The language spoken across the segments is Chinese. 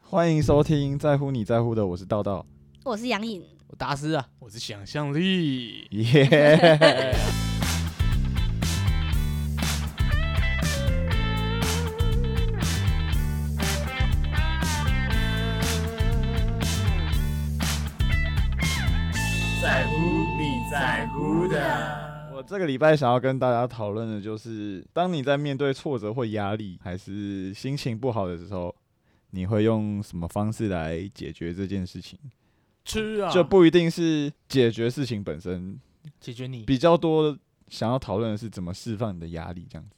欢迎收听《在乎你在乎的》，我是道 道，我是杨颖，我达斯啊，我是想象力。耶、在乎你在乎的，我这个礼拜想要跟大家讨论的就是，当你在面对挫折或压力，还是心情不好的时候，你会用什么方式来解决这件事情？吃啊！就不一定是解决事情本身，解决你比较多想要讨论的是怎么释放你的压力，这样子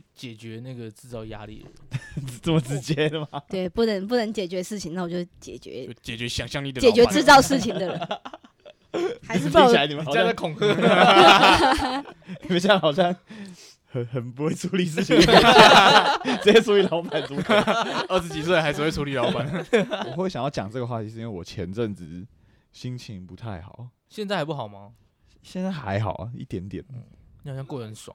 就解决那个制造压力的人。 这么直接的吗？对，不能不能解决事情，那我就解决就解决想象力的解决老板制造事情的人，还是不听有起来你们好像恐吓， 你们现在好像很很不会处理事情， 直接处理老板怎么可能啊二十几岁还只会处理老板，我会想要讲这个话题，是因为我前阵子心情不太好，现在还不好吗？现在还好啊，一点 点。你好像过得很爽，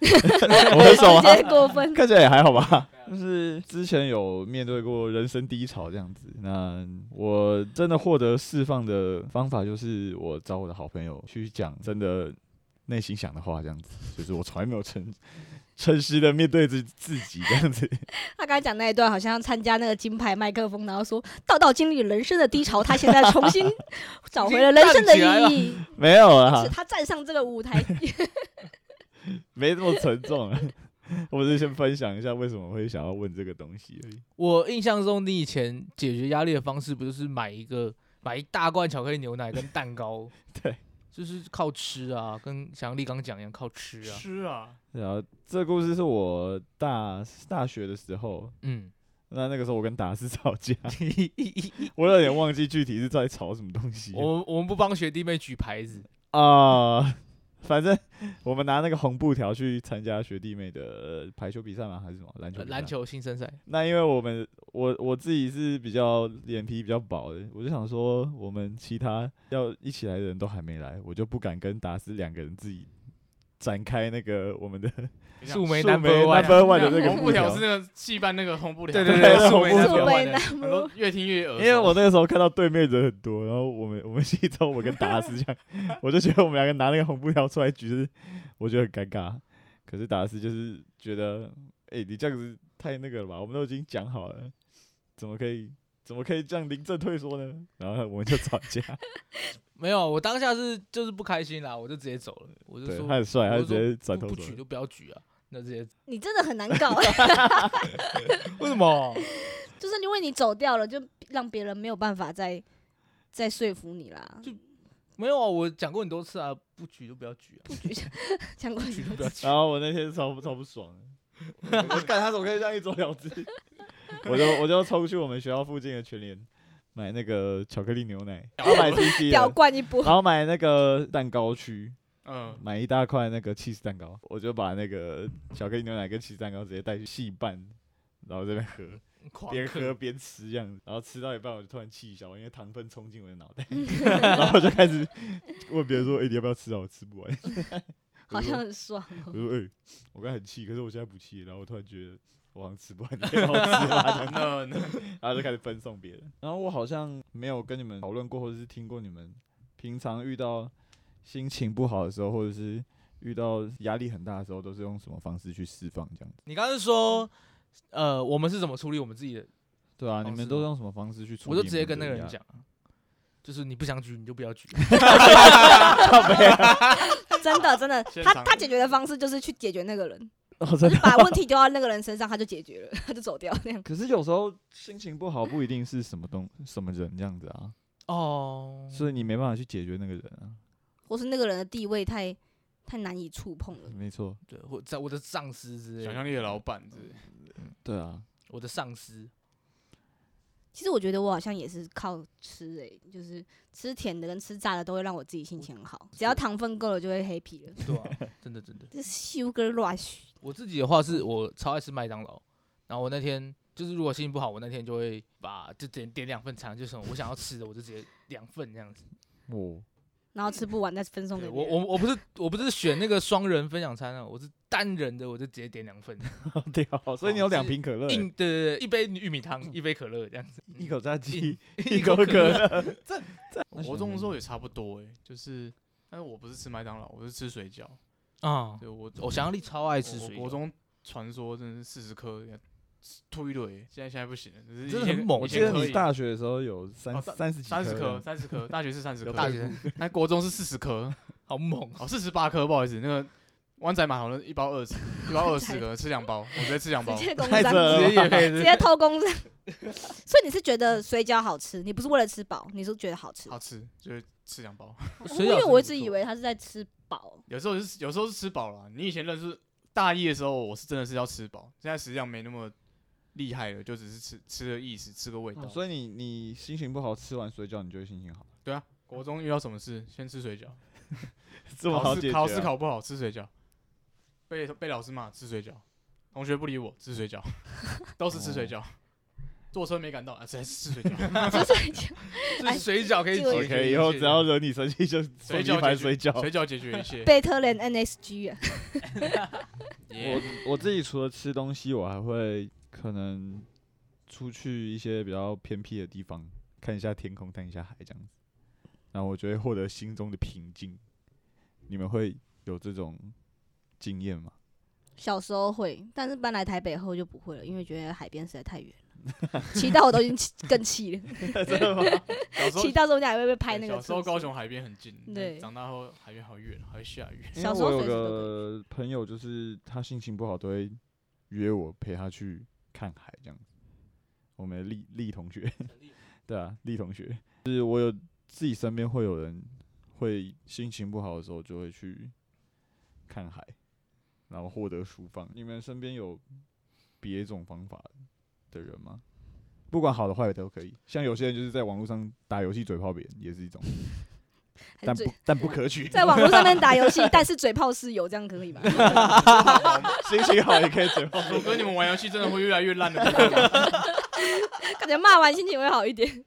我很爽啊，直接过分。 看起来也还好吧。就是之前有面对过人生低潮这样子，那我真的获得释放的方法就是我找我的好朋友去讲真的内心想的话，这样子，就是我从来没有诚诚实的面对自自己这样子。他刚才讲那一段，好像参加那个金牌麦克风，然后说道道经历人生的低潮，他现在重新找回了人生的意义，没有是啊，他站上这个舞台。没这么沉重啊。 我是先分享一下为什么会想要问这个东西而已。？我印象中，你以前解决压力的方式不就是买一个买一大罐巧克力牛奶跟蛋糕 对，就是靠吃啊，跟像立刚讲一样靠吃啊。吃啊！然后这个故事是我大大学的时候，嗯，那那个时候我跟达斯 吵 架，我有点忘记具体是在吵什么东西我们我们不帮学弟妹举牌子，啊、反正我们拿那个红布条去参加学弟妹的呃排球比赛吗？还是什么篮球呃比赛？篮球新生赛，那因为我们我我自己是比较脸皮比较薄的，我就想说我们其他要一起来的人都还没来，我就不敢跟达斯两个人自己展开那个我们的树莓树莓 number one number one 的那个红布条是那个戏班那个红布条，对对对对，树莓我们素 number 梅 one 那的。我都越听越耳熟。因为我那个时候看到对面人很多，然后我们我们系中我跟达斯这 样，我就觉得我们两个拿那个红布条出来举，就是我觉得很尴尬。可是达斯就是觉得，哎、你这样子太那个了吧？我们都已经讲好了，怎么可以怎么可以这样临阵退缩呢？然后我们就吵架。 没有，我当下是就是不开心啦，我就直接走了，我 就对，说他很帅，他我就就直接不转头不走举了。就不要举啊，那直接你真的很难搞， 为什么？就是因为你走掉了，就让别人没有办法再再说服你啦。就没有啊，我讲过很多次啊，不举就不要举啊，不举讲过不举就不要 举。然后我那天超不超不爽的，我看他怎么可以这样一走了之， 我就我就冲去我们学校附近的全联买那个巧克力牛奶，然 后买 CC 屌的，灌一波，然后买那个蛋糕区，嗯，买一大块那个 cheese 蛋糕，我就把那个巧克力牛奶跟 cheese 蛋糕直接带去戏办，然后这边喝，狂 边喝嗑边吃这样子，然后吃到一半我就突然气消，因为糖分冲进我的脑袋，嗯然后我就开始问别人说：“哎、你要不要吃啊？我吃不完。” 好像很爽哦我。说：“哎、我刚才很气，可是我现在不气。”然后我突然觉得我好像吃不完，然后吃啊完，那那然后就开始分送别人。然后我好像没有跟你们讨论过，或者是听过你们平常遇到心情不好的时候，或者是遇到压力很大的时候，都是用什么方式去释放这样子？你刚刚是说，呃，我们是怎么处理我们自己的？对啊，方你们式都吗用什么方式去处我理？就直接跟那个人，讲啊，就是你不想举你就不要举，真的真 的，现他场他解决的方式就是去解决那个人，哦，就真是的。把问题丢到那个人身上，他就解决了， 他就走掉那样。可是有时候心情不好，不一定是什么东什么人这样子啊，哦，所以你没办法去解决那个人啊。或是那个人的地位太太难以触碰了，没错，对，我在我的上司之类想象的，力的老板之类，对啊，我的上 司，其实我觉得我好像也是靠吃诶、就是吃甜的跟吃炸的都会让我自己心情很好，只要糖分够了就会 happy 了。对啊，真的真的。这是 sugar rush，我自己的话是我超爱吃麦当劳，然后我那天就是如果心情不好，我那天 就会把就点点两份餐，就是我想要吃的我就直接两份这样子。我然后吃不完再分送给对别 我人。我我不是我不是选那个双人分享餐啊，我是单人的，我就直接点两份，屌，啊所以你有两瓶可乐、哦欸硬对对对，一杯玉米汤，一杯可乐这样 子，一口炸鸡硬，一口可 乐，我国中的时候也差不多哎、就是，但是我不是吃麦当劳，我是吃水饺。啊，对我，我想象力超爱爱吃水国饺，中传说真的是四十颗，吐一堆，现在现在不行了，只是真的 以前很猛我以记前得可你以大学的时候有三哦大三十几三十颗，颗，三 十颗，大学是三十颗，大学 那国中是四十颗， 好猛 啊，哦，四十八颗，不好意思，那个湾仔码头的一 包二十，一包二十颗，吃两包，我直接吃两包直，接公太扯章，了直接也配直是接偷公章。所以你是觉得水饺好吃，你不是为了吃饱，你是觉得好吃。好吃，就是吃两包。水饺因为是我一不直错以为他是在吃饱，有时候就是有时候是吃饱了，你以前认识大一的时候，我是真的是要吃饱，现在实际上没那么厉害了，就只是吃吃个意思，吃个味道。哦所以你你心情不好，吃完水饺你就会心情 好，对啊，国中遇到什么事，先吃水饺。这么考好试解决、啊考试考不好吃水饺，被被老师骂吃水饺，同学不理我吃水饺，都是吃水哦饺。坐车没赶到，啊，直接吃 水饺，吃水饺。这水饺可以哎这个解决 OK，一以后切只要惹你生气就送水你饺一盘解决水饺。水饺解决一切。贝特连 NSG 啊， 我我自己除了吃东西，我还会可能出去一些比较偏僻的地方，看一下天空，看一下海这样子，然后我就会获得心中的平静。你们会有这种经验吗？小时候会，但是搬来台北后就不会了，因为觉得海边实在太远了，骑到我都已经气更气了，真的吗？ 小时候骑到中间还会被拍那对个小车子。时候高雄海边很近，但对长大后海边好远，还会下雨。 因为小时我候有随时都个朋友，就是他心情不好都会约我陪他去看海这样子。我们的丽丽同学， 对啊，丽同学，就是我有自己身边会有人会心情不好的时候就会去看海，然后获得抒放。你们身边有别种方法的人吗？不管好的坏的都可以，像有些人就是在网络上打游戏嘴炮别人也 是一种，还但是不嘴但不可取。在网络上面打游戏，但是嘴炮室友，这样可以吧？ 心情好也可以嘴炮我跟你们玩游戏真的会越来越烂的，还感觉骂完心情会好一点，是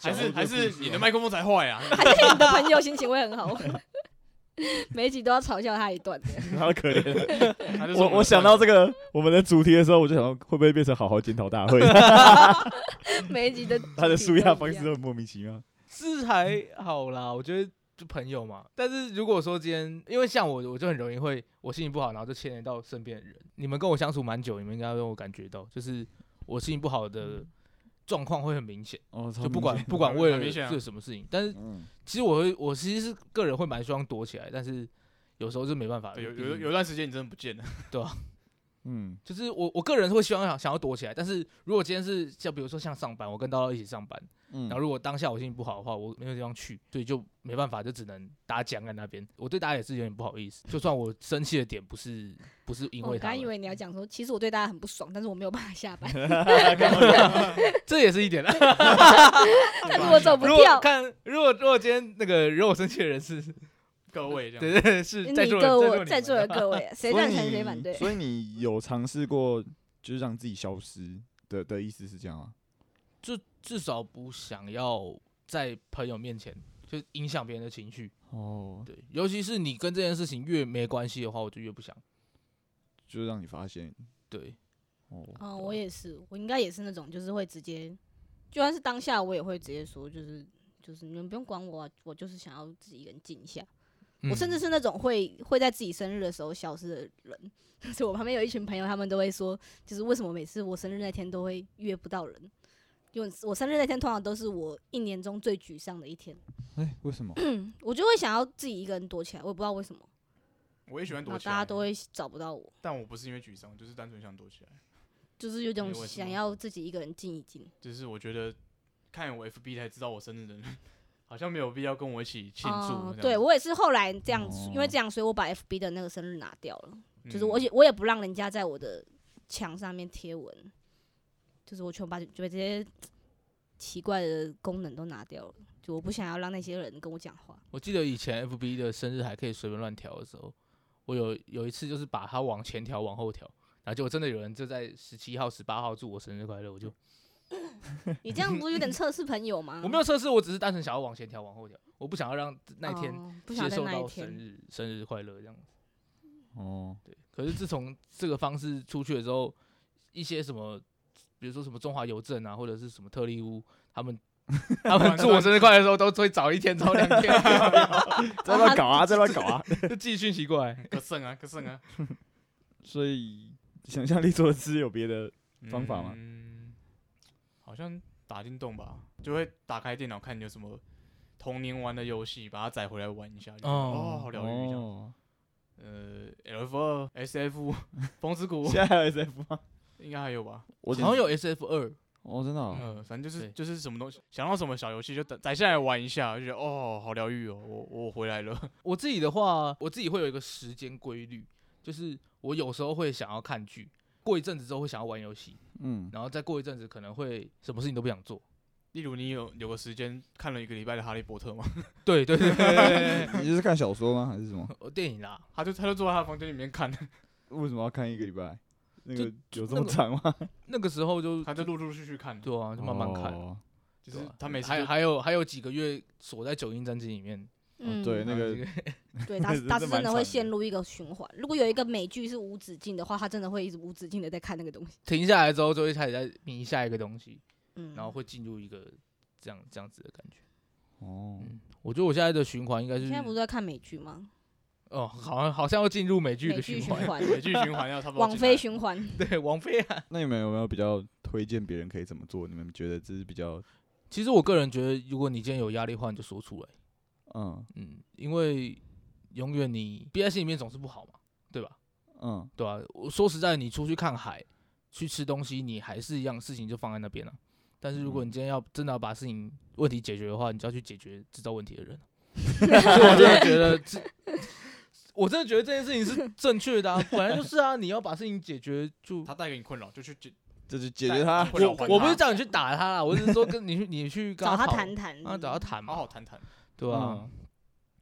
还是还是你 的麦克风才坏啊！还是你的朋友心情会很好。每一集都要嘲笑他一段，好可 怜。他就说我我想到这个我们的主题的时候，我就想到会不会变成好好检讨大会？每一集的他的主舒题都压不方一式样都很莫名其妙。是还好啦，我觉得就朋友嘛。但是如果说今天，因为像我，我就很容易会我心情不好，然后就牵连到身边的人。你们跟我相处蛮久，你们应该让我感觉到，就是我心情不好的状况会很明显，哦，就不管不管为很明了显啊这什么事情。但是嗯，其实我会，我其实是个人会蛮希望躲起来，但是有时候是没办法的。对有毕有竟有段时间你真的不 见了， 嗯，就是我我个人会希望想想要躲起来，但是如果今天是像比如说像上班，我跟叨叨一起上班，嗯然 后如果当下我心情不好的话，我没有地方去，所以就没办法，就只能大家僵在那边。我对大家也是有点不好意思，就算我生气的点不是不是因哦我为他刚们，以为你要讲说，其实我对大家很不爽，但是我没有办法 下班，这也是一点啦。但是我走不如掉果。看如果如果今天那个惹我生气的人是， 各位这样。对对对，是在你座各的位在座的的各位，谁所以赞成谁你反对？所以你有尝试过就是让自己消失的的意思是这样吗？就至少不想要在朋友面前就影响别人的情绪。哦，对，尤其是你跟这件事情越没关系的话，我就越不想。就是让你发现对，哦，哦，我也是，我应该也是那种，就是会直接，就算是当下我也会直接说，就是就是你们不用管我啊、我就是想要自己一个人静一下。嗯我甚至是是那种会会在自己生日的时候消失的人， 就是我旁边有一群朋友，他们都会说，就是为什么每次我生日那天都会约不到人，因为我生日那天通常都是我一年中最沮丧的一天，哎，为什么？我就会想要自己一个人躲起来，我也不知道为什么，我也喜欢然躲后起大来，家都会找不到我，但我不是因为沮丧，就是单纯想躲起来。就是有种为什么想要自己一个人静一静。只是我觉得看我 FB 才知道我生日的人， 好像没有必要跟我一起庆祝这样哦子。对我也是后来这样子，因为哦这样，所以我把 FB 的那个生日拿掉了，嗯就是 我也我也不让人家在我的墙上面贴文，就是我全部把就把这些奇怪的功能都拿掉了，就我不想要让那些人跟我讲 话。我记得以前 FB 的生日还可以随便乱调的时候，我有有一次就是把它往前调，往后调，然后结果真的有人就在十七号、十八号祝我生日快乐，我就你这样不是有点测试朋友吗？我没有测试，我只是单纯想要往前调、往后调，我不想要让那一天哦不想接在受那一到生天，日生日快乐这样子。哦，对，可是自从这个方式出去的时候，一些什么，比如说什么中华邮政啊，或者是什么特利屋，他们他们祝我生日快乐的时候，都会早一天、早两 天在乱搞啊，在乱搞啊，就寄讯息过来。可剩啊，可剩啊，所以想象力做的事有别的，方法吗嗯，好像打电动吧，就会打开电脑看有什么童年玩的游戏，把它载回来玩一下。就觉得哦哦，好疗愈这样。哦呃，F 二、SF、风之谷现在还有 SF 吗？应该还有吧？我好像有 S F 二，哦，真的哦，呃，反正就是对就是什么东西，想到什么小游戏就载载下来玩一下，就觉得哦，好疗愈哦，我我回来了。我自己的话，我自己会有一个时间规律，就是我有时候会想要看剧，过一阵子之后会想要玩游戏，嗯，然后再过一阵子可能会什么事情都不想做。例如你有有个时间看了一个礼拜的《哈利波特》吗？对对对对对 对 对你是看小说吗？还是什么？呃电影啦，他就他就坐在他的房间里面看， 为什么要看一个礼 拜？那就个有这那么个长 吗？那个时候就他就陆陆续续看，对啊，就慢慢看。哦就是对啊他每次还就还有还有几个月锁在九阴真经里面，哦对那然个后这嗯 对，打那死真打的死蛮真的惨会的陷入一个循环。如果有一个美剧是无止境的话，他真的会一直无止境的在看那个东西。 停下来之后，就会开始在迷下一个东西，嗯，然后会进入一个这样这样子的感觉。哦，嗯，我觉得我现在的循环应该你是现在不是在看美剧吗？哦，好像好像要进入美剧美的剧循循环。环，美剧循环要差不多网进飞来循环。对，王菲啊。 那你们有没有比较推荐别人可以怎么做？你们觉得这是比较其实我个人觉得，如果你今天有压力的话，你就说出来。嗯嗯，因为永远你憋在心里面总是不好嘛，对吧？嗯对啊，我说实在，你出去看海，去吃东西，你还是一样事情就放在那边了、啊但是如果你今天要真的要把事情问题解决的话，你就要去解决制造问题的人。啊所以我真的觉得这，我真的觉得这件事情是正确的啊，本来就是啊，你要把事情解决就。他带给你困扰，就去解这就解决它。困扰还我不他是叫你去打他啦，我只是说跟你去你去跟找他讨谈谈，嗯啊，找他谈好嘛，好谈谈。对啊。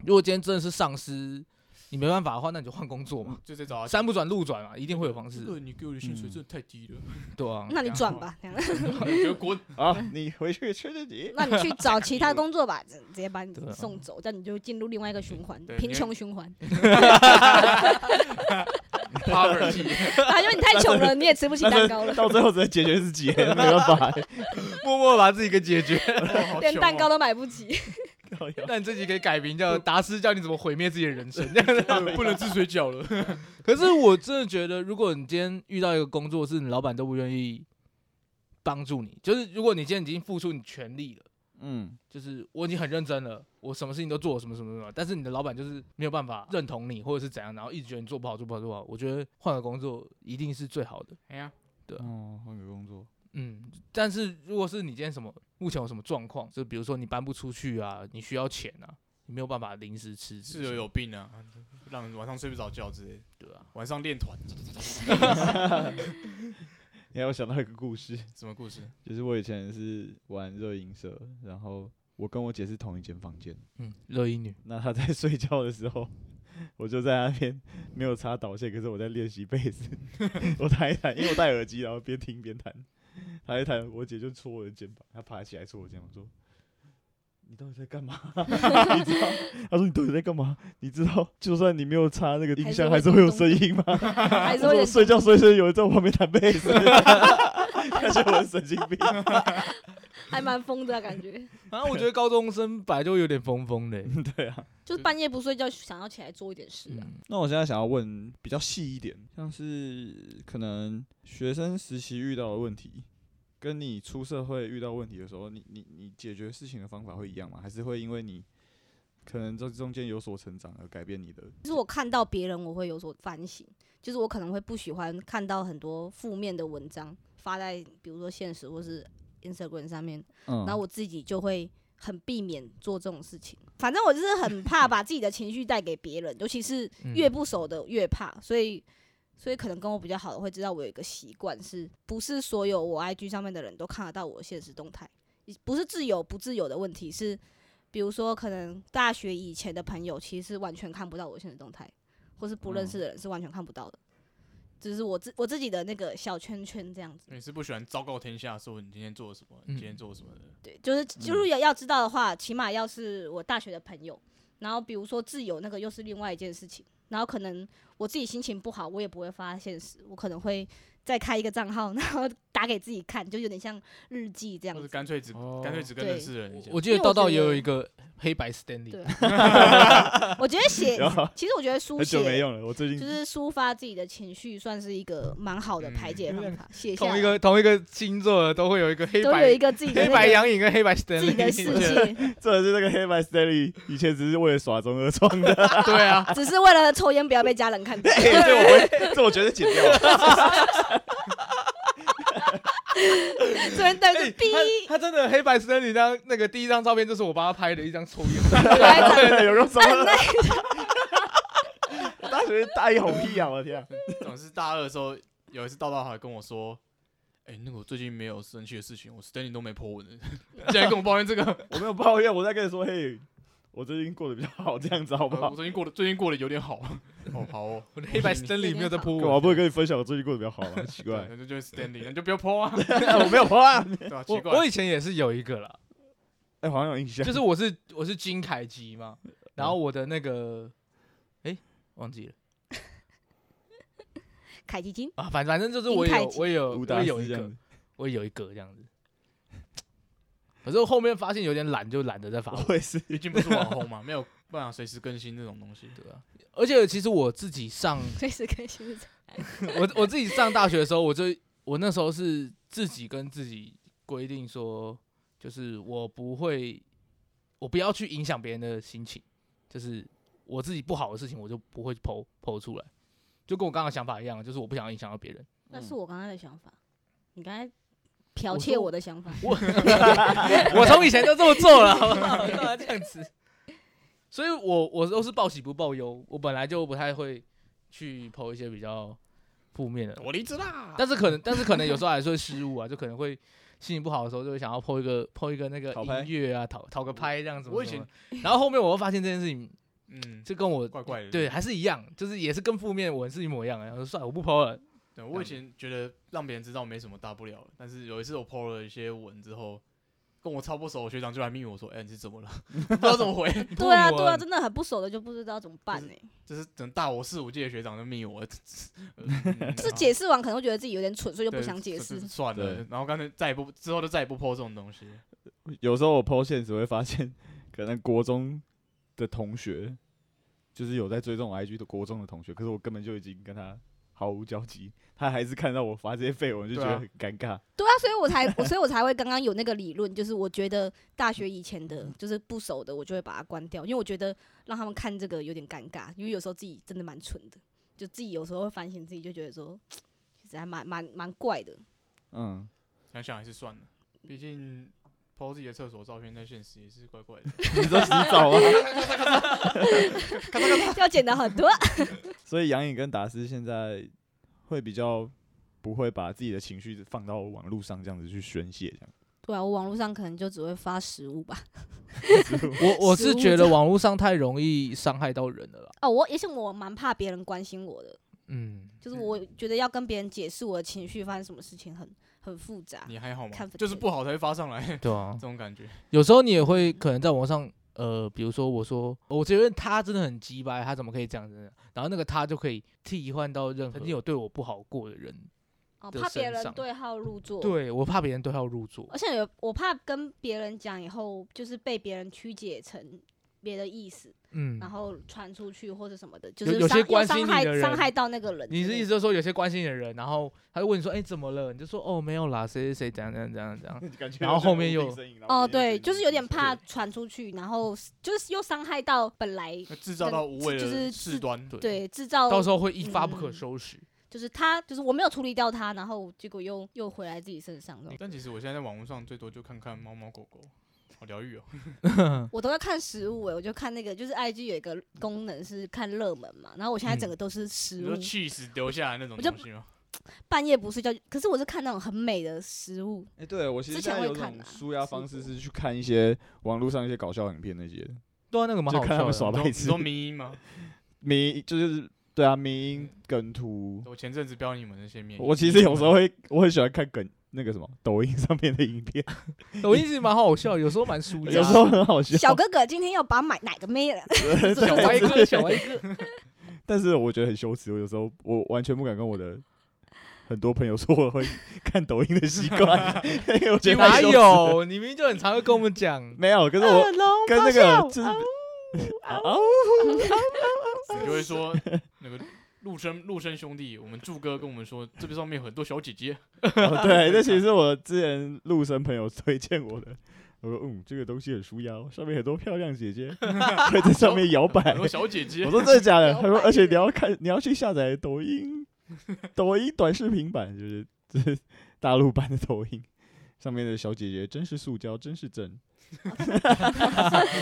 如果今天真的是上司，你没办法的话，那你就换工作嘛，就在找他山不转路转嘛，一定会有方式这，个你给我的薪水嗯真的太低了， 对啊。那你转吧，这样给我滚！好，啊你回去吹自己。 那 你去找其他工作吧，直直接把你对啊送走，但你就进入另外一个循环，对贫你穷循 环。 poverty，啊，因为你太穷了，你也吃不起蛋糕了，到最后只能解决自己， 没办法。 默默把自己给解 决。哦好连穷蛋哦啊糕都买不 起。那你这集可以改名叫达斯教你怎么毁灭自己的人 生。这样不能吃 水饺了。可是我真的觉得，如果你今天遇到一个工作是你老板都不愿意帮助你，就是如果你今天已经付出你全力了，嗯，就是我已经很认真了，我什么事情都做，什么什么什么，但是你的老板就是没有办法认同你，或者是怎样，然后一直觉得你做不好，做不好，做不好。我觉得换个工作一定是最好的。哎呀，哦，换个工作。嗯，但是如果是你今天什么目前有什么状况，就比如说你搬不出去啊，你需要钱啊，你没有办法临时辞职，室友有病啊，让人晚上睡不着觉之类的，对啊，晚上练团， 你让我想到一个故事，什么故事？就是我以前是玩热音社，然后我跟我姐是同一间房间。嗯，热衣女，那她在睡觉的时候，我就在那边没有插导线，可是我在练习贝斯， 我弹一弹，因为我戴耳机，然后边听边弹，弹一弹，我姐就戳我的肩膀，她爬起来戳我肩膀说。你到底在干嘛？ 你知道？她说你到底在干嘛？你知道，就算你没有插那个音箱，还还是是会会有有声音吗？还还是会有睡觉睡睡，有人在我旁边弹贝斯， 他觉得我是神经病。还蛮疯的啊感 觉，啊，我觉得高中生本来就有点疯疯的欸、嗯对啊，就是半夜不睡觉，想要起来做一点事啊。嗯那我现在想要问比较细一点，像是可能学生时期遇到的问题，跟你出社会遇到问题的时候，你你你解决事情的方法会一样吗？还是会因为你可能这中间有所成长而改变你的？就是我看到别人，我会有所反省，就是我可能会不喜欢看到很多负面的文章发在，比如说现实或是 Instagram 上面，嗯然后我自己就会很避免做这种事情。反正我就是很怕把自己的情绪带给别人，尤其是嗯越不熟的越怕，所以。所以可能跟我比较好的会知道我有一个习惯，是不是所有我 IG 上面的人都看得到我的现实动态？不是自由不自由的问题，是比如说可能大学以前的朋友其实是完全看不到我的现实动态，或是不认识的人是完全看不到的。就是我自我自己的那个小圈圈这样子。你是不喜欢昭告天下说你今天做了什么，你今天做了什么的。对，就是就是要要知道的话，起码要是我大学的朋友，然后比如说挚友那个又是另外一件事情，然后可能我自己心情不好，我也不会发现实，我可能会再开一个账号， 然后打给自己看，就有点像日记这样或者子。干脆只哦干脆只跟对认识的人讲我，记得因为我道道觉也有得一个黑白 Stanley，对 我觉得写然，后其实我觉得书很久没写用了，我最近就是抒发自己的情绪，算是一个蛮好的排解嗯方法。写下同来一个同一个星座的都会有一个黑都有一白个自己的 黑那白个杨颖跟黑白自己的 Stanley，世你觉得界，真的是那个黑白 Stanley，以前只是为了耍中二创的，对啊，只是为了抽烟不要被家人看到。这我会，这我绝对剪掉了。真的哎是逼，他他真的黑白 Stanley 张那个第一张照片就是我帮他拍的一张抽烟，来 对，有个中哎二。 我大学大一好屁啊！我的天啊，总是大二的时候，有一次道道还跟我说：“哎，那个我最近没有生气的事情，我 Stanley 都没破文的，你 竟然跟我抱怨这个，我没有抱怨，我在跟你说，嘿，我最近过得比较好，这样子好不呃我好？最近过得最近过得有点好。”哦，好哦，我的 黑白 Stanley 没有在 泼干嘛我，不会跟你分享我最近过得比较好啊？奇怪，那就就是 Stanley，那就不要破啊，我没有破案。对吧？奇我我怪，以前也是有一个啦，哎，好像有印象，就是我是我是金凯基 嘛，然后我的那个哎忘记了凯基金，啊，反反正就是我金有凯基我有吴我达有斯一这个样子。我有一个这样子，可是我后面发现有点懒，就懒得再发文。我也是，毕竟不是网红嘛，没有办法随时更新这种东西，对吧？啊而且其实我自己上随时开心是这样。我我自己上大学的时候，我就我那时候是自己跟自己规定说，就是我不会，我不要去影响别人的心情，就是我自己不好的事情，我就不会剖剖出来，就跟我刚刚的想法一样，就是我不想要影响到别人。 那是我刚才的想法，你刚才剽我窃说我的想法。我我从以前就这么做了，好不好？ 干嘛这样子？所以我我都是报喜不报忧，我本来就不太会去剖一些比较负面的。我离职啦， 但是可能，但是可能有时候还是会失误啊，就可能会心情不好的时候，就会想要抛一个抛一个那个讨拍音乐啊，讨讨个拍这样子。我以前，然后后面我会发现这件事情，嗯，就跟我怪怪的，对还是一样，就是也是跟负面文是一模一样的。然后说算哎了，我不抛了。对，我以前觉得让别人知道没什么大不了的，但是有一次我 PO 了一些文之后，跟我超不熟的学长就来密我说：“哎、你是怎么了？” 不知道怎么回，对啊，不对啊，不真的很不熟的就不知道怎么办欸是呢、就是等大我四五届的学长就密我，呃就是解释完可能会觉得自己有点蠢，所以就就不想解释。算了对。然后干脆再也不之后就再也不 PO 这种东西。有时候我 PO 现实会发现，可能国中的同学就是有在追踪我 IG 的国中的同学，可是我根本就已经跟他毫无交集，他还是看到我发这些绯闻就觉对得啊很尴尬。对啊，所以我才，我所以我才会刚刚有那个理论，就是我觉得大学以前的，就是不熟的，我就会把它关掉，因为我觉得让他们看这个有点尴尬，因为有时候自己真的蛮蠢的，就自己有时候会反省自己，就觉得说，其实还蛮蛮蛮怪的。 嗯，想想还是算了，毕竟 PO 自己的厕所照片在现实也是怪 怪的。你说洗澡吗？要剪的很多， 所以杨颖跟达斯现在会比较不会把自己的情绪放到网络上这样子去宣泄， 这样。对啊，我网络上可能就只会发食物吧。 我我是食物觉这得网络上太容易伤害到人了啦。哦，我也是我蛮怕别人关心我的，嗯，就是我觉得要跟别人解释我的情绪发生什么事情很很复杂。你还好吗看？就是不好才会发上来对啊这，种感 觉。有时候你也会可能在网上，呃，比如说我说，我觉得他真的很鸡掰，他怎么可以这样子？然后那个他就可以替换到任何曾经有对我不好过的人。哦，的怕别身人上对号入座。，对我怕别人对号入座。而且有我怕跟别人讲以后，就是被别人曲解成别的意思，嗯，然后传出去或者什么的，就有是有伤些关又伤心你害的人伤害到那个人之类你的。是意思就是说有些关心你的人，然后他就问你说，哎、怎么了？你就说，哦，没有啦，谁谁谁怎样怎样怎样怎样。嗯感觉然后后面又哦，对，就是有点怕传出去，然后就是又伤害到本来那制造到无谓就的是事端，对，对制造，到时候会一发不可嗯收拾。就是他就是我没有处理掉他，然后结果又又回来自己身上这种。但其实我现在在网络上最多就看看猫猫狗狗，好 疗愈哦。我都在看食物、欸，我就看那个，就是 IG 有一个功能是看热门嘛，然后我现在整嗯个都是你食物，说气死留下来那种我就东 西吗？半夜不睡觉，可是我是看那种很美的食物，哎、对我其实之现在前有会看种啊舒压吃方式过是去看一些网络上一些搞笑影片那些的，对啊，那个蛮就好看他们笑的。耍白你说你痴说，迷因吗？迷就是对啊，迷音梗图，我前阵子标你们那些面，我其实有时候会，我很喜欢看梗那个什么抖音上面的影片，抖音其实蛮好笑，有 时候蛮舒压。有时候很好笑。小哥哥今天要把买哪个妹了？ 小歪哥，小歪哥， 但是我觉得很羞耻，我有时候我完全不敢跟我的很多朋友说我会看抖音的习惯，因为我觉得太哪羞耻了有？你明明就很常会跟我们讲，没有？可是我龙跟那个就是 啊哦，你就会说那个陆生陆生兄弟，我们柱哥跟我们说，这边上面有很多小姐姐，哦对，这其实是我之前陆生朋友推荐我的。我说嗯，这个东西很舒压，上面很多漂亮姐姐会在上面摇摆。很多小 姐姐我。说真的假的？摇他摆说，而且是你要看，你要去下载抖音， 抖音短视频版，就是就是大陆版的抖音， 上面的小姐姐真是塑胶，真是真，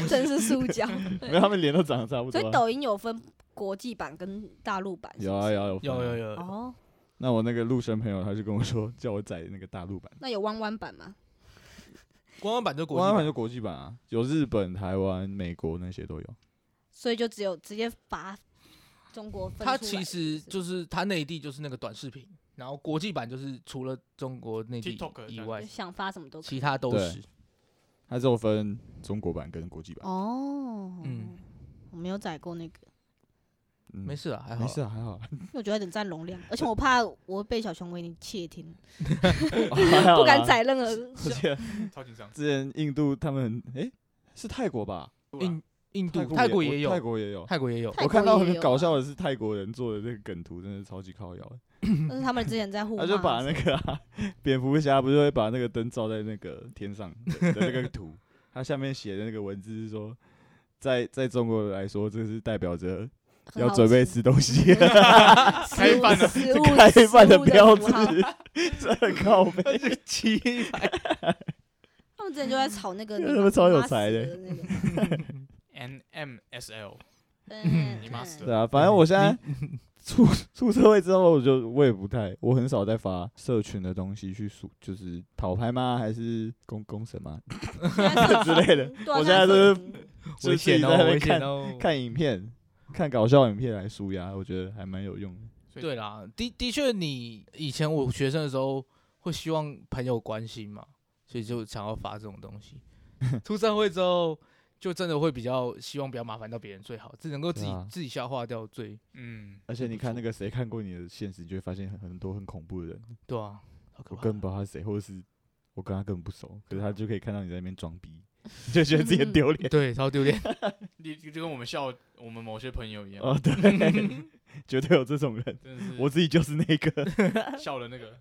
真是塑胶。没有他们脸都长得差不多所以啊、抖音有分国际版跟大陆版，是有不啊是有啊有分有啊有有，哦，那我那个陆生朋友，他就跟我说，叫我载那个大陆版，那有弯弯版吗？官方版就国国际际版版，就国际版啊，有日本、台湾、美国那些都有。所以就只有直接把中国分出来它其实就是它内地就是那个短视频，然后国际版就是除了中国内地 TikTok 以就外，想发什么都可以其他都对是。他只有分中国版跟国际版，哦。嗯，我没有载过那个，嗯没事啊，还好没啊。事啊，还 好啊， 因为我觉得有点占容量，而且我怕我会被小熊维尼窃听，还好不敢啦。载任何。我记得超紧张。 之前印度他们很，诶、是泰国吧？印印度、泰国也也有，泰国也有。泰国也有泰。我看到国也很有搞啊笑的是，泰国人做的那个梗图真的超级靠摇，但呃是他们之前在互骂他就把那个啊、蝙蝠侠不是会把那个灯照在那个天上的的那个 图，它下面写的那个文字是说，在在中国来说，这是代表着很要好准备吃东西的 食物开饭的食物 开饭食物标符志 号，这很靠背。七百他们之前就在炒那 个他你们妈超有死才的的 那个， N M S L，嗯你妈死嗯对啊，反正我现在出出社会之后，我就我也不太，我很少在发社群的东西去数，就是讨拍吗？还是公公审吗？现在是之类的对啊我现在都是现在是就危自己险在那哦，边危看险哦。看影片、看搞笑影片来舒压，我觉得还蛮有用的。对啦，的的确，你以前我学生的时候会希望朋友关心嘛，所以就想要发这种东西。出社会之后，就真的会比较希望不要麻烦到别人最好，只能够自己、对啊自己消化掉最嗯，而且不你看错那个谁看过你的现实，你就会发现很很多很恐怖的人，对啊。好可我怕根本不知道他是谁，或者是我跟他根本不熟，可是他就可以看到你在那边装逼， 你就觉得自己很丢 脸。对，超丢脸。你就跟我们笑我们某些朋友一样，哦，对，绝对有这种人，真的是我自己就是那个。笑的那个，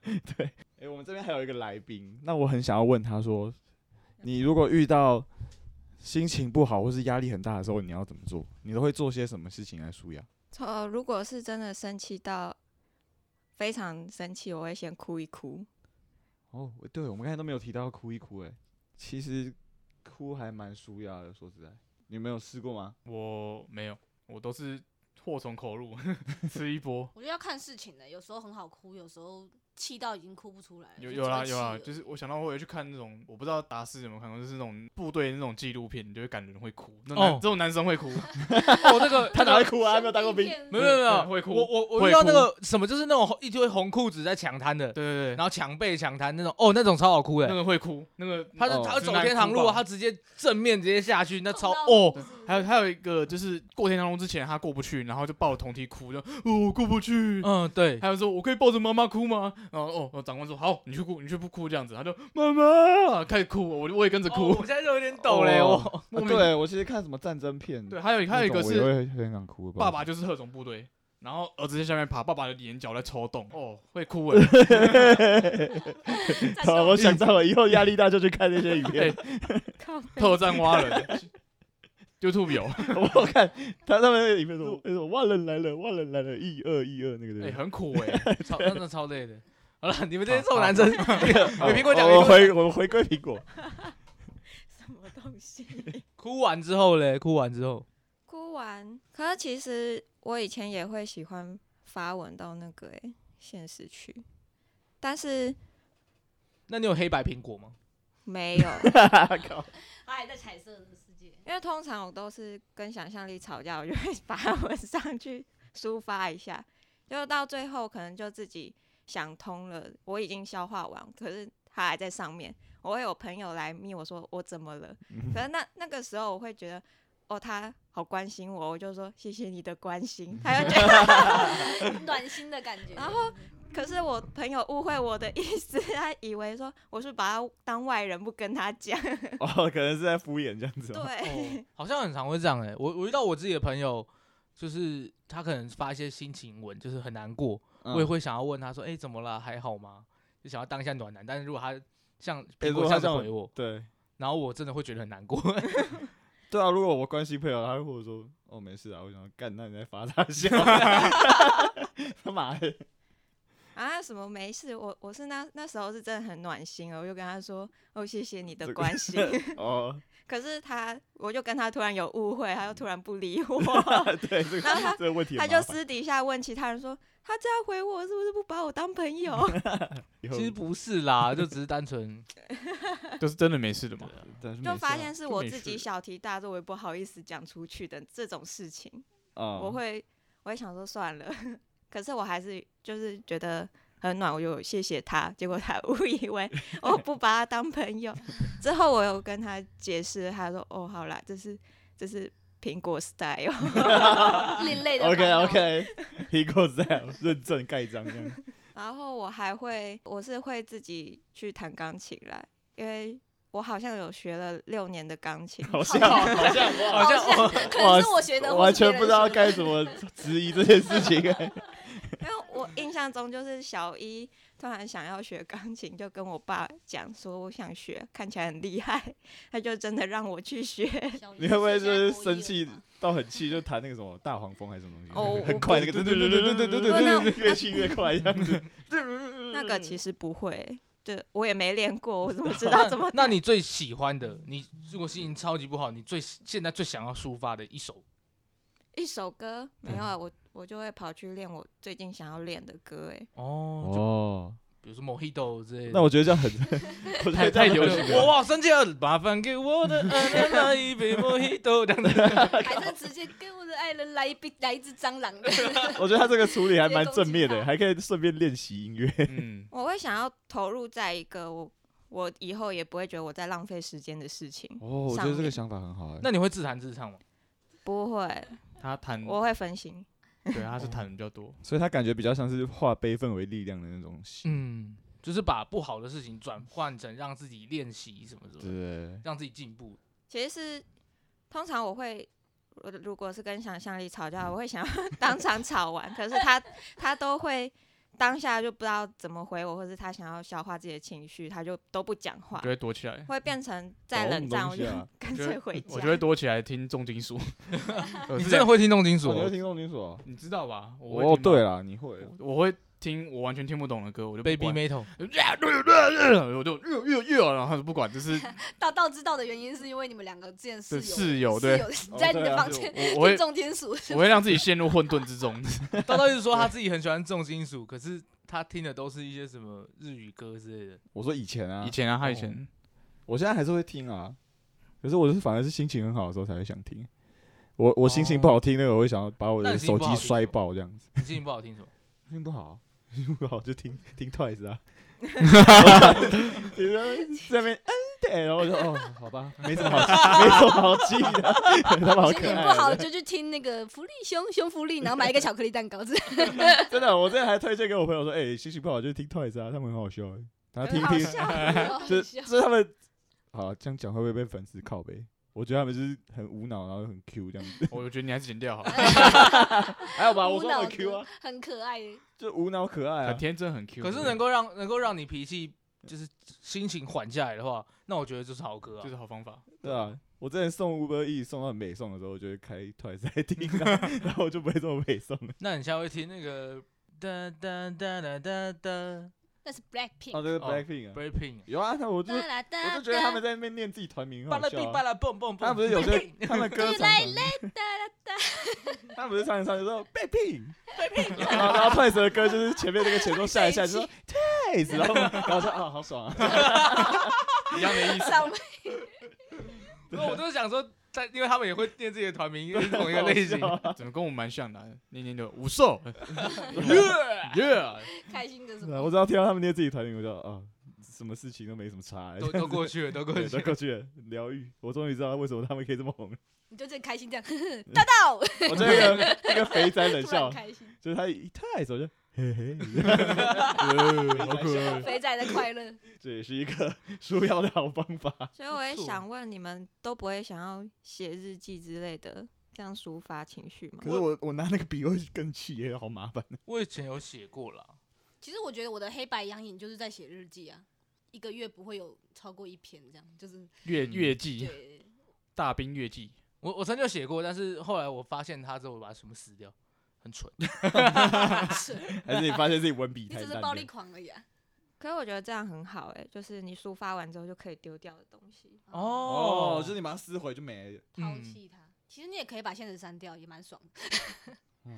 哎、我们这边还有一个来宾，那我很想要问他说，你如果遇到心情不好或是压力很大的时候，你要怎么做？你都会做些什么事情来舒压？呃，如果是真的生气到非常生气，我会先哭一哭。哦，对，我们刚才都没有提到哭一哭、哎，其实哭还蛮舒压的，说实在，你没有试过 吗？我没有，我都是祸从口入， 吃一波。我觉得要看事情的，有时候很好哭，有时候气到已经哭不出来了。有就有只啦会有气啦，了就是我想到我有去看那种，我不知道达斯有没有看过，就是那种部队那种纪录片，你就会感人会哭。那男、哦这种男生会 哭，我那个他哪会 哭啊？他没有当过兵，片没有没有没有会哭我我我会遇到那哭个什么，就是那种红一堆红裤子在抢滩的，对对对，然后抢背抢滩那种，哦，那种超好哭那的。个会哭，那个他是哦他直走男天堂哭路啊，爆他直接正面直接下去，那 超碰到哦，就是还有还有一个就是过天堂路之前他过不去，然后就抱着铜梯哭，就哦我过不去。嗯，对，还有说，我可以抱着妈妈哭吗？然后哦，哦长官说好，你去哭，你去不哭这样子，他就妈妈开始哭，我我也跟着哦哭。我现在就有点抖嘞，哦我啊莫名对我其实看什么战争片，对，还有还有一那个种是我也会很想哭，爸爸就是特种部队，然后儿子在下面爬，爸爸的眼角在抽动，哦，会哭哎、在好，手我想到了，以后压力大就去看那些影片。靠背欸特战蛙人，YouTube 有， 我看他他们那个影片说，那种万人来了，万人来了，一二一二那个哎、对不对？很苦哎、超真的超累的。好了，你们这些臭男生，那个好有苹果奖，哦我有们苹果回我们回归苹果。什么东西？哭完之后嘞，哭完之后，哭完，可是其实我以前也会喜欢发文到那个诶、欸现实去，但是那你有黑白苹果吗？没有，他还在彩色的世界。 因为通常我都是跟想象力吵架，我就会发文上去抒发一下，就到最后可能就自己想通了，我已经消化完，可是他还在上面。我会有朋友来密我说我怎么了，可是那那个时候我会觉得，哦，他好关心我，我就说谢谢你的关心， 他就觉得，暖心的感觉。然后可是我朋友误会我的意思，他以为说我是把他当外人不跟他讲，哦，可能是在敷衍这样子、哦。 对，哦，好像很常会这样哎、我我遇到我自己的朋友，就是他可能发一些心情文，就是很难过，嗯我也会想要问他说：“哎、怎么了？还好吗？”就想要当一下暖男。但是如果他像苹如果果这他样子这样回我，对然后我真的会觉得很 难过。对啊，如果我关心朋友，他会跟我说：“哦，没事啊。”我想说干，那你在发他笑，他妈的！啊，什么没事？我我是那那时候是真的很暖心哦，我就跟他说，哦，谢谢你这的个关 心。哦，可是他，我就跟他突然有误会，他又突然不 理我，对，这个然后他这个问题他很就麻烦，私底下问其他人说，他这样回我是不是不把我当朋友？以后其实不是啦，就只是单纯就是真的没事的嘛。但 是没就发事啊现是就我没自己事小题大做，我也不好意思讲出去的这种事情，啊，我会我会想说算了， 可是我还是就是觉得。很暖，我就有谢谢他。结果他 误以为我不把他当朋友。之后我有跟他解释，他说：“哦，好啦，这是这是苹果 style。” 另类的 OK 烦恼 OK，苹果在认证盖章这样。。然后我还会，我是会自己去弹钢琴啦，因为我好像有学了六年的钢琴好像好像好像可能是我学的，我或完是别全人不知道学的该怎么质疑这件事情、欸。 因为我印象中就是小一突然想要学钢琴，就跟我爸讲说我想学，看起来很厉害，他就真的让我 去学。你会不会就是生气到很气，就弹那个什么大黄蜂还是什么东西？哦很快那个，对对对对对对对对，越气越快这样子。嗯那个其实不会，对我也没练过，我怎么知道那怎么 那你最喜欢的，你如果心情超级不好，你最现在最想要抒发的一首，一首歌没有啊？嗯我我就会跑去练我最近想要练的歌、欸，哦，就哦，比如说 Mojito 之类那的。我觉得这样很，我觉得这样很我哇，生气了，麻烦给我的爱人来一杯 Mojito 这样 子。还是直接跟我的爱人来一杯来一只蟑 螂的？我觉得他这个处理还蛮正面的，还可以顺便练习音乐。嗯，我会想要投入在一个我我以后也不会觉得我在浪费时间的事情，哦我觉得这个想法很好、那你会自弹自唱吗？不会，他嗯弹，我会分心。对，他是弹比较多。 所以他感觉比较像是化悲愤为力量的那种。嗯，就是把不好的事情转换成让自己练习什么什么的，对，让自己进步。其实是通常我会，我如果是跟想象力吵架，我会想要 当场吵完，可是他他都会当下就不知道怎么回我，或是他想要消化自己的情绪，他就都不讲话我就，会躲起来，会变成再冷战，我就啊干脆回家。我就会躲起来听重金 属。呃我你是真的这样会听重金属我觉得哦？听重金属。你知道吧？我啊哦会，听对吧，啦，你会我会听我完全听不懂的 歌，我就不呃？Baby 管 Metal，我就又又又，呃然后就不管，就是大道知道的原因是因为你们两个之前室对友室友对，哦室友在啊你的房间我我听会重金属，我会让自己陷入混沌之中。叨叨一直说他自己很喜欢重金属，可是他听的都是一些什么日语歌之类的。我说以前 啊，以前啊，他以前我现在还是会听啊，可是我是反而是心情很好的时候才会想听。我我心情不好听那个，我会想要把我那的你心手情不好机听摔什么爆这样子。你心情不好听什么？心情不好，心情不好就听听 Twice 啊。你说这边嗯对，然后我就哦好 吧，没什么好没什么好记的，他们好心可情爱不好哦。就去听那个福利熊熊福利，然后买一个巧克力蛋糕之类 的。真的，我之前还推荐给我朋友说，哎，心情不好就听 Twice 啊，他们很好笑欸，然后听一好听笑，就笑就是他们，好这样讲会不会被粉丝靠背？我觉得他们就是很无脑，然后很 Q 这样 子。我觉得你还是剪掉好了，还有吧，我无说脑很的 Q 啊，很可爱。就无脑可爱很啊。天真，很 Q。哎可是能够让能够让你脾气就是心情缓下来的话，那我觉得就是好歌啊就。是好方法。 对啊，我之前送 Uber E 送到美送的时候，我就会开 Twice 来听， 然后然后我就不会这么美送了。那你现在会听那个哒哒哒哒哒哒 那是 Blackpink。哦，这是哦 Blackpink 啊， ，Breaking，有啊，他我就哒啦哒我就觉得他们在那边念自己团名很巴好拉笑哔啊、巴拉蹦蹦他蹦，们不是有些他们歌对唱来常，哒啦哒 他们不是唱一唱就说 Blackpink Blackpink，然后然后 Twice 的歌就是前面那个前奏下一下就说 Twice，然后然后说啊好爽啊，一样的意思。上面那我就是想说，但因为他们也会念自己的团 名，因为是同一个类型。怎么跟我们蛮像的啊？念念的五 兽 ，yeah，开心的 什对啊我么？只要听到他们念自己团名，我就啊，什么事情都没什么差、欸，都都过去了，都过对去都了。过去了，疗愈。我终于知道为什么他们可以这么 红了。你就这样开心 这样，大道我这个那个肥宅冷 突然笑，开心，就是他一太熟就嘿嘿，好可爱。肥仔的快乐。这也是一个 舒压的好方法。所以我也不错想问，你们都不会想要写日记之类的，这样抒发情绪吗？可是我我拿那个笔会更气耶，好麻烦。我以前有写过啦，其实我觉得我的黑白养眼就是在写日记啊，一个月不会有超过一篇这样， 就是月嗯月季，对， 大兵月季，我我曾经有写过，但是后来我发现它之后，我把它全部撕掉，很蠢。是 还是你发现自己文笔你太只是烂暴力 了？狂而已啊。可是我觉得这样很好哎、就是你抒发完之后就可以丢掉的东西。哦，哦就是你把它撕毁就没 了。抛嗯弃它。其实你也可以把现实删掉，也蛮爽的。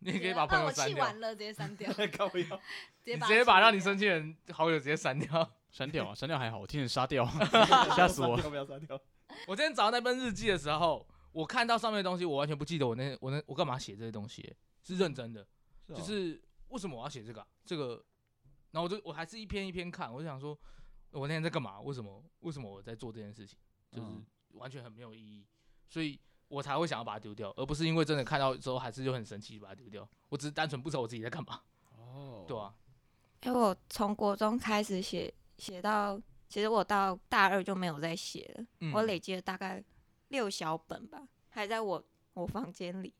你也可以觉得把朋啊友我删气掉，完了，直接删 掉，靠腰，直接你把直接把让你删生气的人好友直接删掉。删掉啊，删掉还好，我听成杀掉，啊吓死我。 要不要 杀掉？我今天找到那本日记的时候，我看到上面的东西，我完全不记得我那我那我干嘛写这些东西、是认真的。哦啊就是为什么我要写这个啊、这个，然后我就我还是一篇一篇看，我就想说，我那天在干嘛？为什么？为什么我在做这件事情？就是嗯完全很没有意义，所以我才会想要把它丢掉，而不是因为真的看到之后还是就很生气把它丢掉。我只是单纯不知道我自己在干嘛，哦对，啊，因为我从国中开始写，写到其实我到大二就没有再写了，嗯我累积了大概六小本吧，还在我我房间里。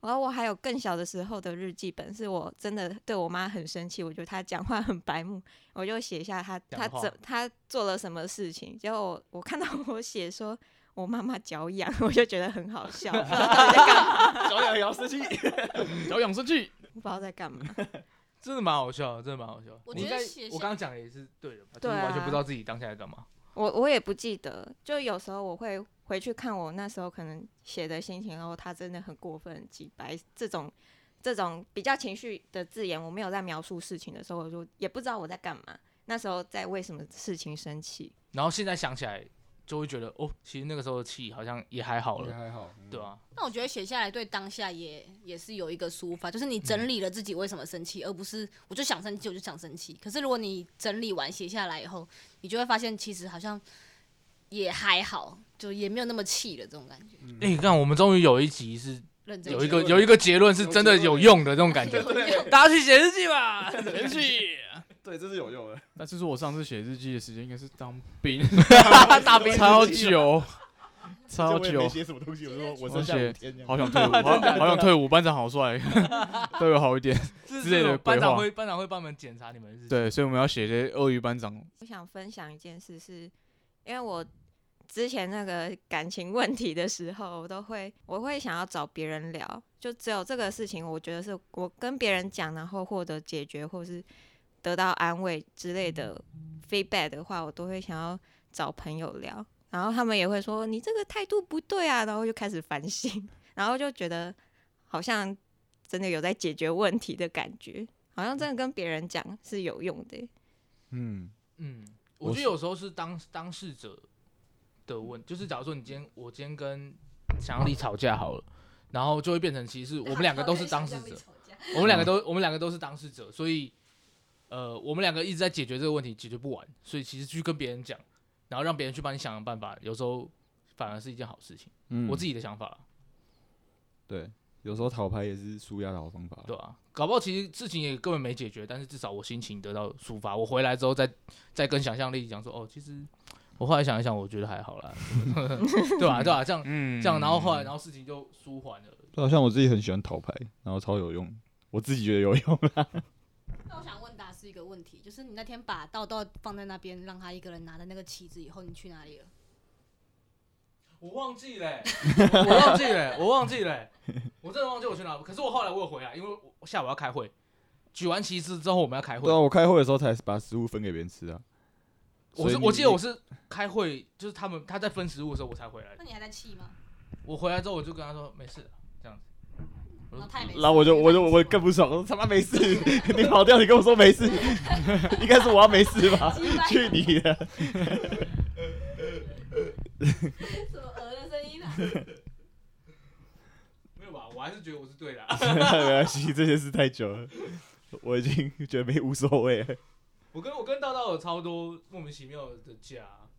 然后我还有更小的时候的日记本，是我真的对我妈很生气，我觉得她讲话很白目，我就写下她讲她话怎她做了什么事情。结果我我看到我写说我妈妈脚痒， 我就觉得很好笑， 不知道到底在干 嘛，小痒要生气。小养生气，我不知道在干嘛。真的蛮好笑的，真的蛮好笑的。我你觉得应该写我下刚刚讲的也是对的吧，就是对啊完全不知道自己当下在干嘛。我我也不记得，就有时候我会回去看我那时候可能写的心情，然后他真的很过分、几白这种这种比较情绪的字眼，我没有在描述事情的时候，我就也不知道我在干嘛，那时候在为什么事情生气。然后现在想起来，就会觉得哦，其实那个时候的气好像也还好了，还好，嗯对啊，那我觉得写下来对当下也也是有一个抒发，嗯就是你整理了自己为什么生气，而不是我就想生气我就想生气。可是如果你整理完写下来以后，你就会发现其实好像也还好，就也没有那么气了这种感觉。嗯哎、你看，我们终于有一集是认真有一写个有一个结论是真的有用的这种感觉，大家去写日记 吧。生气。对，这是有用的。但是说我上次写日记的时间应该是当 兵，大兵超久，超我也没哦久，写什么东西，我说我我剩下写五天这样。好想 退伍， 好好想退伍，班长好帅， 对我好一点。之之类的班规长划会班长会帮我们检查你们的日记。对，所以我们要写这些鳄鱼班长，我想分享一件事是，因为我之前那个感情问题的时候，我都会我会想要找别人聊，就只有这个事情，我觉得是我跟别人讲，然后获得解决或是得到安慰之类的 feedback 的话，我都会想要找朋友聊，然后他们也会说你这个态度不对啊，然后就开始反省，然后就觉得好像真的有在解决问题的感觉，好像真的跟别人讲是有用的欸、嗯，嗯，我我觉是得有时候是当当事者的问，就是假如说你今天我今天跟想要你吵架好了，然后就会变成其实我们两个都是当事者，我们两个都我们两个都是当事者，所以呃我们两个一直在解决这个问题，解决不完，所以其实去跟别人讲，然后让别人去帮你想想办法，有时候反而是一件好事情。嗯我自己的想法啦。对，有时候讨牌也是舒压的好方法。对啊，搞不好其实事情也根本没解决，但是至少我心情得到抒发。我回来之后再再跟想象力讲说，哦，其实我后来想一想，我觉得还好啦， 对吧、对吧、这样嗯这样，然后后来然后事情就舒缓了。好啊像我自己很喜欢讨牌，然后超有用，我自己觉得有 用。那我想问达斯一个问题，就是你那天把道道放在那边，让他一个人拿着那个旗子以后，你去哪里了？我忘记了欸、我忘记了欸、 我忘记了欸、我真的忘记我去哪。可是我后来我有回来，因为我下午要开会，举完旗帜之后我们要开会对啊，。我开会的时候才把食物分给别人吃啊。我所是以你我记得我是开会，就是他们他在分食物的时候我才回 来的那。你还在气吗？我回来之后我就跟他说没事啊了，这样子。然后他也没事。然后我就我就我根更不爽，我说他妈没事， 你跑掉，你跟我说没事， 应该是我要没事吧？去你的！ 什么鹅的声音啊？没有吧？我还是觉得我是对的啊、没关系，这些事太久了，我已经觉得没无所谓了。 我跟我跟道道有超多莫名其妙的架啊、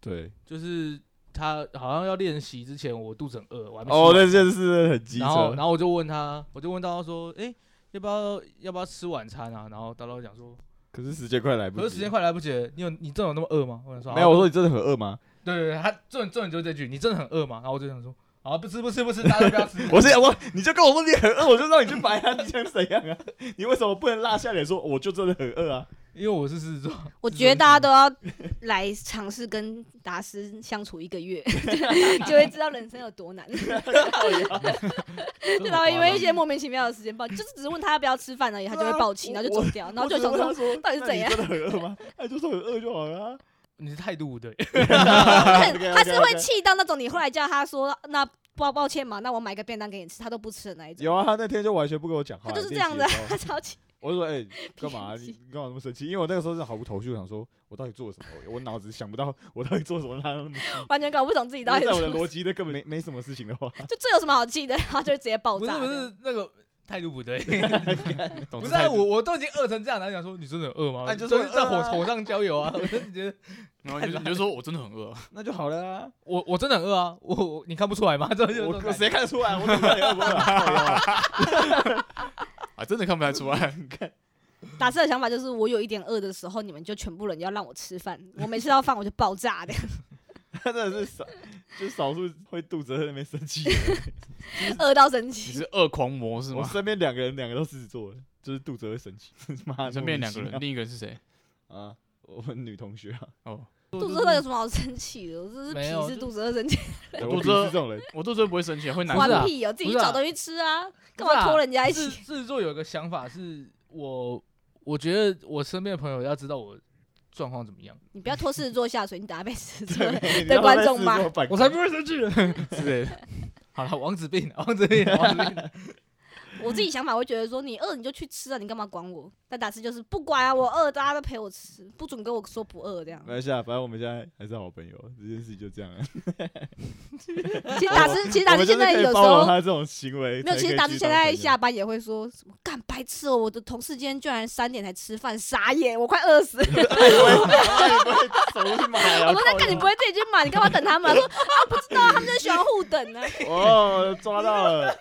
对，就是他好像要练习之前，我肚子很饿，我还没哦，吃那晚件事很机然后车然，后我就问他，我就问道道说，哎、要不要要不要吃晚餐啊？然后道道讲说，可是时间快来不及可了。是时间快来不及了，你有你真的有那么饿吗？我想说没有，啊我说你真的很饿吗？。对对对，他重点重点就是这句，你真的很饿吗？然后我就想说，啊，不吃不吃不吃，大家都不要吃我是想说，你就跟我说你很饿，我就让你去买啊，你想怎样啊？你为什么不能落下脸说我就真的很饿啊？因为我是狮子座，我觉得大家都要来尝试跟达斯相处一个 月，就会知道人生有多 难。就就他会因为一些莫名其妙的时间暴，就是只是问他要不要吃饭而已，他就会暴气，对啊然后就走掉，然后我就只是想问他说，说到底是那怎你样真的很 饿吗？他就说很饿就好了啊。你的态度不对， OK，OK，OK 他是会气到那种你后来叫他说那 抱抱歉嘛，那我买个便当给你吃，他都不吃的那一种，有啊，他那天就完全不跟我讲话，他就是这练习样的的时候， 他超气。我就说：“哎、 干嘛啊？脾你气你干嘛那么生气？”因为我那个时候是毫无头绪，我想说我到底做了什么，我我脑子想不到我到底做什么让他那么气。完全搞不懂自己到底在我是的什么逻辑内根本没没什么事情的 话，就这有什么好气的，然后就直接爆不是炸。不是那个态度 不对，总不之是他啊就我我都已经饿成这样，然后讲说你真的很饿吗？啊你就就说是在饿火啊火上浇油啊！我真的觉得然后你就你就说我真的很饿，那就好了啊。我我真的很饿啊，我我你看不出来吗？这就是这种我我感觉谁看得出来？我怎么知道你饿不饿啊靠腰啊？啊，真的看不太出 来。 打车的想法就是，我有一点饿的时候，你们就全部人要让我吃饭，我没吃到饭我就爆炸 的， 他真的是少，就是少数会肚子饿在那边生气的人。饿到生你气。是饿狂魔是我吗？身边两个人，两个都狮子座的，就是肚子饿会生气。 妈的，身边两个人啊莫，名另一个人是谁？其妙啊，我们女同 学啊，哦，肚子饿有什么好生气的？我真是没有鄙视就肚子饿生气，对我我鄙肚子视饿这 种人，我肚子饿不会生气，会难不是啊关过。屁哦，自己不是啊找东西吃啊，干不是嘛啊拖人家一狮起？狮子座有一个想法是我，我觉得我身边的朋友要知道我状况怎么样，你不要拖狮子座下水，你等下被狮子座。对对观众骂吗？我才不会生气 呢之类的。好了，王子病，王子 病，王子病。我自己想法会觉得说，你饿你就去吃啊，你干嘛管我？但打斯就是不管啊，我饿，大家都陪我吃，不准跟我说不饿这样没。关系啊，反正我们现在还是好朋友，这件事情就这样了。其实打斯，其实打我斯们就现是在可以有时包容候他这种行为，没才有，其可实以达继续斯现当在朋友下班也会说什么干白痴哦，我的同事今天居然三点才吃饭，傻眼，我快饿死了。 走路去买啊我说那干你不会自己去买，你干嘛等他们？他说啊不知道啊，他们就喜欢互 等呢、啊。哦，抓到 了，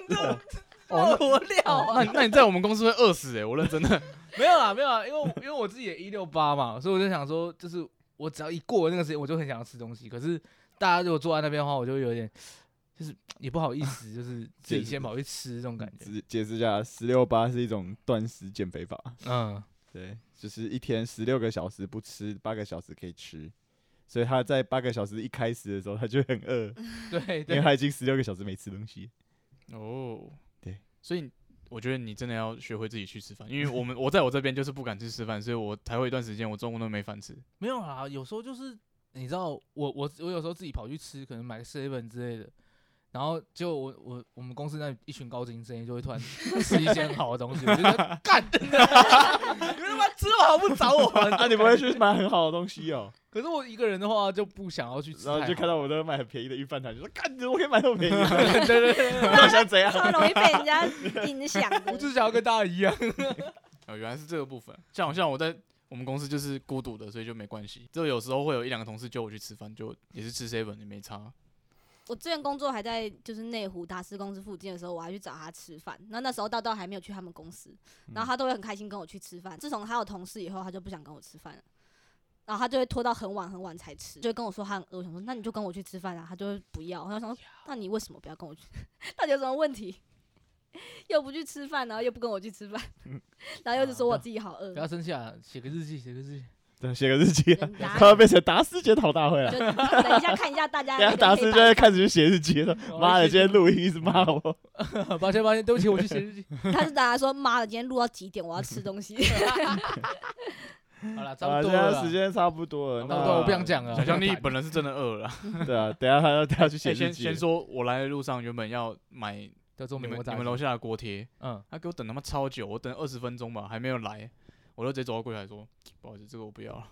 哦，我料啊那啊那你在我们公司会饿死哎！我认真的，没有啦，没有啦，因为我因为我自己也一六八嘛，所以我就想说，就是我只要一过了那个时间，我就很想要吃东西。可是大家如果坐在那边的话，我就会有点，就是也不好意思，就是自己先跑去吃这种感觉。解解释一下，十六八是一种断食减肥法，嗯，对，就是一天十六个小时不吃，八个小时可以吃。所以他在八个小时一开始的时候，他就很饿，对因为对，他已经十六个小时没吃东西。哦，对，所以我觉得你真的要学会自己去吃饭，因为我们我在我这边就是不敢去吃饭，所以我才会一段时间我中午都没饭吃。没有啦，有时候就是你知道，我我我有时候自己跑去吃，可能买个 seven 之类的，然后就我我我们公司那一群高精生就 会突然吃一些很好的东西，我就觉得干，你们他妈吃好不找我们？ 啊，你不会去买很好的东西哦，可是我一个人的话就不想要去吃太然好，后就 看到我在买很便宜的预饭团，就说：“干，我可以买那么便宜吗， 对对对，你到底想怎样 超容易被人家影响哦的我。就是想要跟大家一样。哦，原来是这个部分。像像我在我们公司就是孤独的，所以就没关系。就有时候会有一两个同事叫我去吃饭，就也是吃 seven 也没差。我之前工作还在就是内湖达斯公司附近的时候，我还去找他吃饭。那那时候道道还没有去他们公司，然后他都会很开心跟我去吃饭。自从他有同事以后，他就不想跟我吃饭了，然后他就会拖到很晚很晚才吃，就会跟我说他很饿。我想说那你就跟我去吃饭啊，他就会不要。我就想说那你为什么不要跟我去？ 到底有什么问题？ 又不去吃饭，然后又不跟我去吃饭， 然后又是说我自己好饿不，要生气啊，写个日记，写个日记。？”对写个日记啊，人家快要变成达斯检讨大会了 就。等一下看一下大家等一下那个达黑斯就板在开始去写日记了，妈的，今天录音一直骂我。抱歉抱歉，对不起，我去写日记。他是大家说妈的，今天录到几点？我要吃东西。好了，差啊，现不多了啦在时。间差不多了，差不那多，我不想讲了。小象力本人是真的饿了啦。对啊，等一下他要他要去写先日先记了先。说，我来的路上原本要买你叫做美们国你炸们楼下的锅贴，嗯，他、给我等他妈超久，我等二十分钟吧，还没有来，我就直接走到柜台说，不好意思，这个我不要了。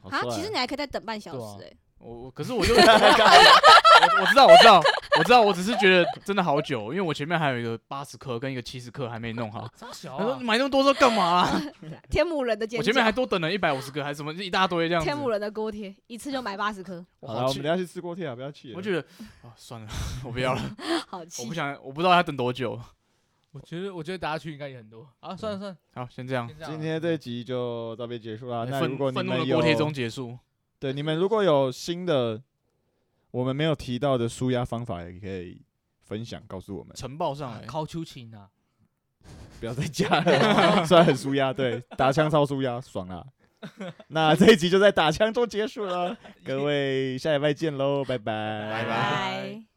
好啊，帅 其实你还可以再等半小时哎、 我我可是我就我我知道我知道，我知道，我只是觉得真的好久，因为我前面还有一个八十克跟一个七十克还没弄好。傻哦小啊他说你买那么多肉干嘛 啊？欸天母人的煎我饺，前面还多等了一百五十个还是什么一大堆这样子天。母人的锅贴，一次就买八十颗， 我好了，好我气们等，下去吃锅贴啊，不要去了。我觉得啊算了， 我不要了，好我 气不！想，我不知道要等多久。我觉得我觉得大家去应该也很多啊，嗯算了算了，好，先这样哎先。这样啊今天这一集就到这边结束啦。那如愤果你愤怒们的有锅贴中结束。对你们如果有新的我们没有提到的舒压方法，也可以分享告诉我们。呈报上啊来，烤秋情啊，不要再加了，虽然很舒压，对，打枪超舒压，爽啦。那这一集就在打枪中结束了，各位下礼拜见喽，拜拜，拜拜。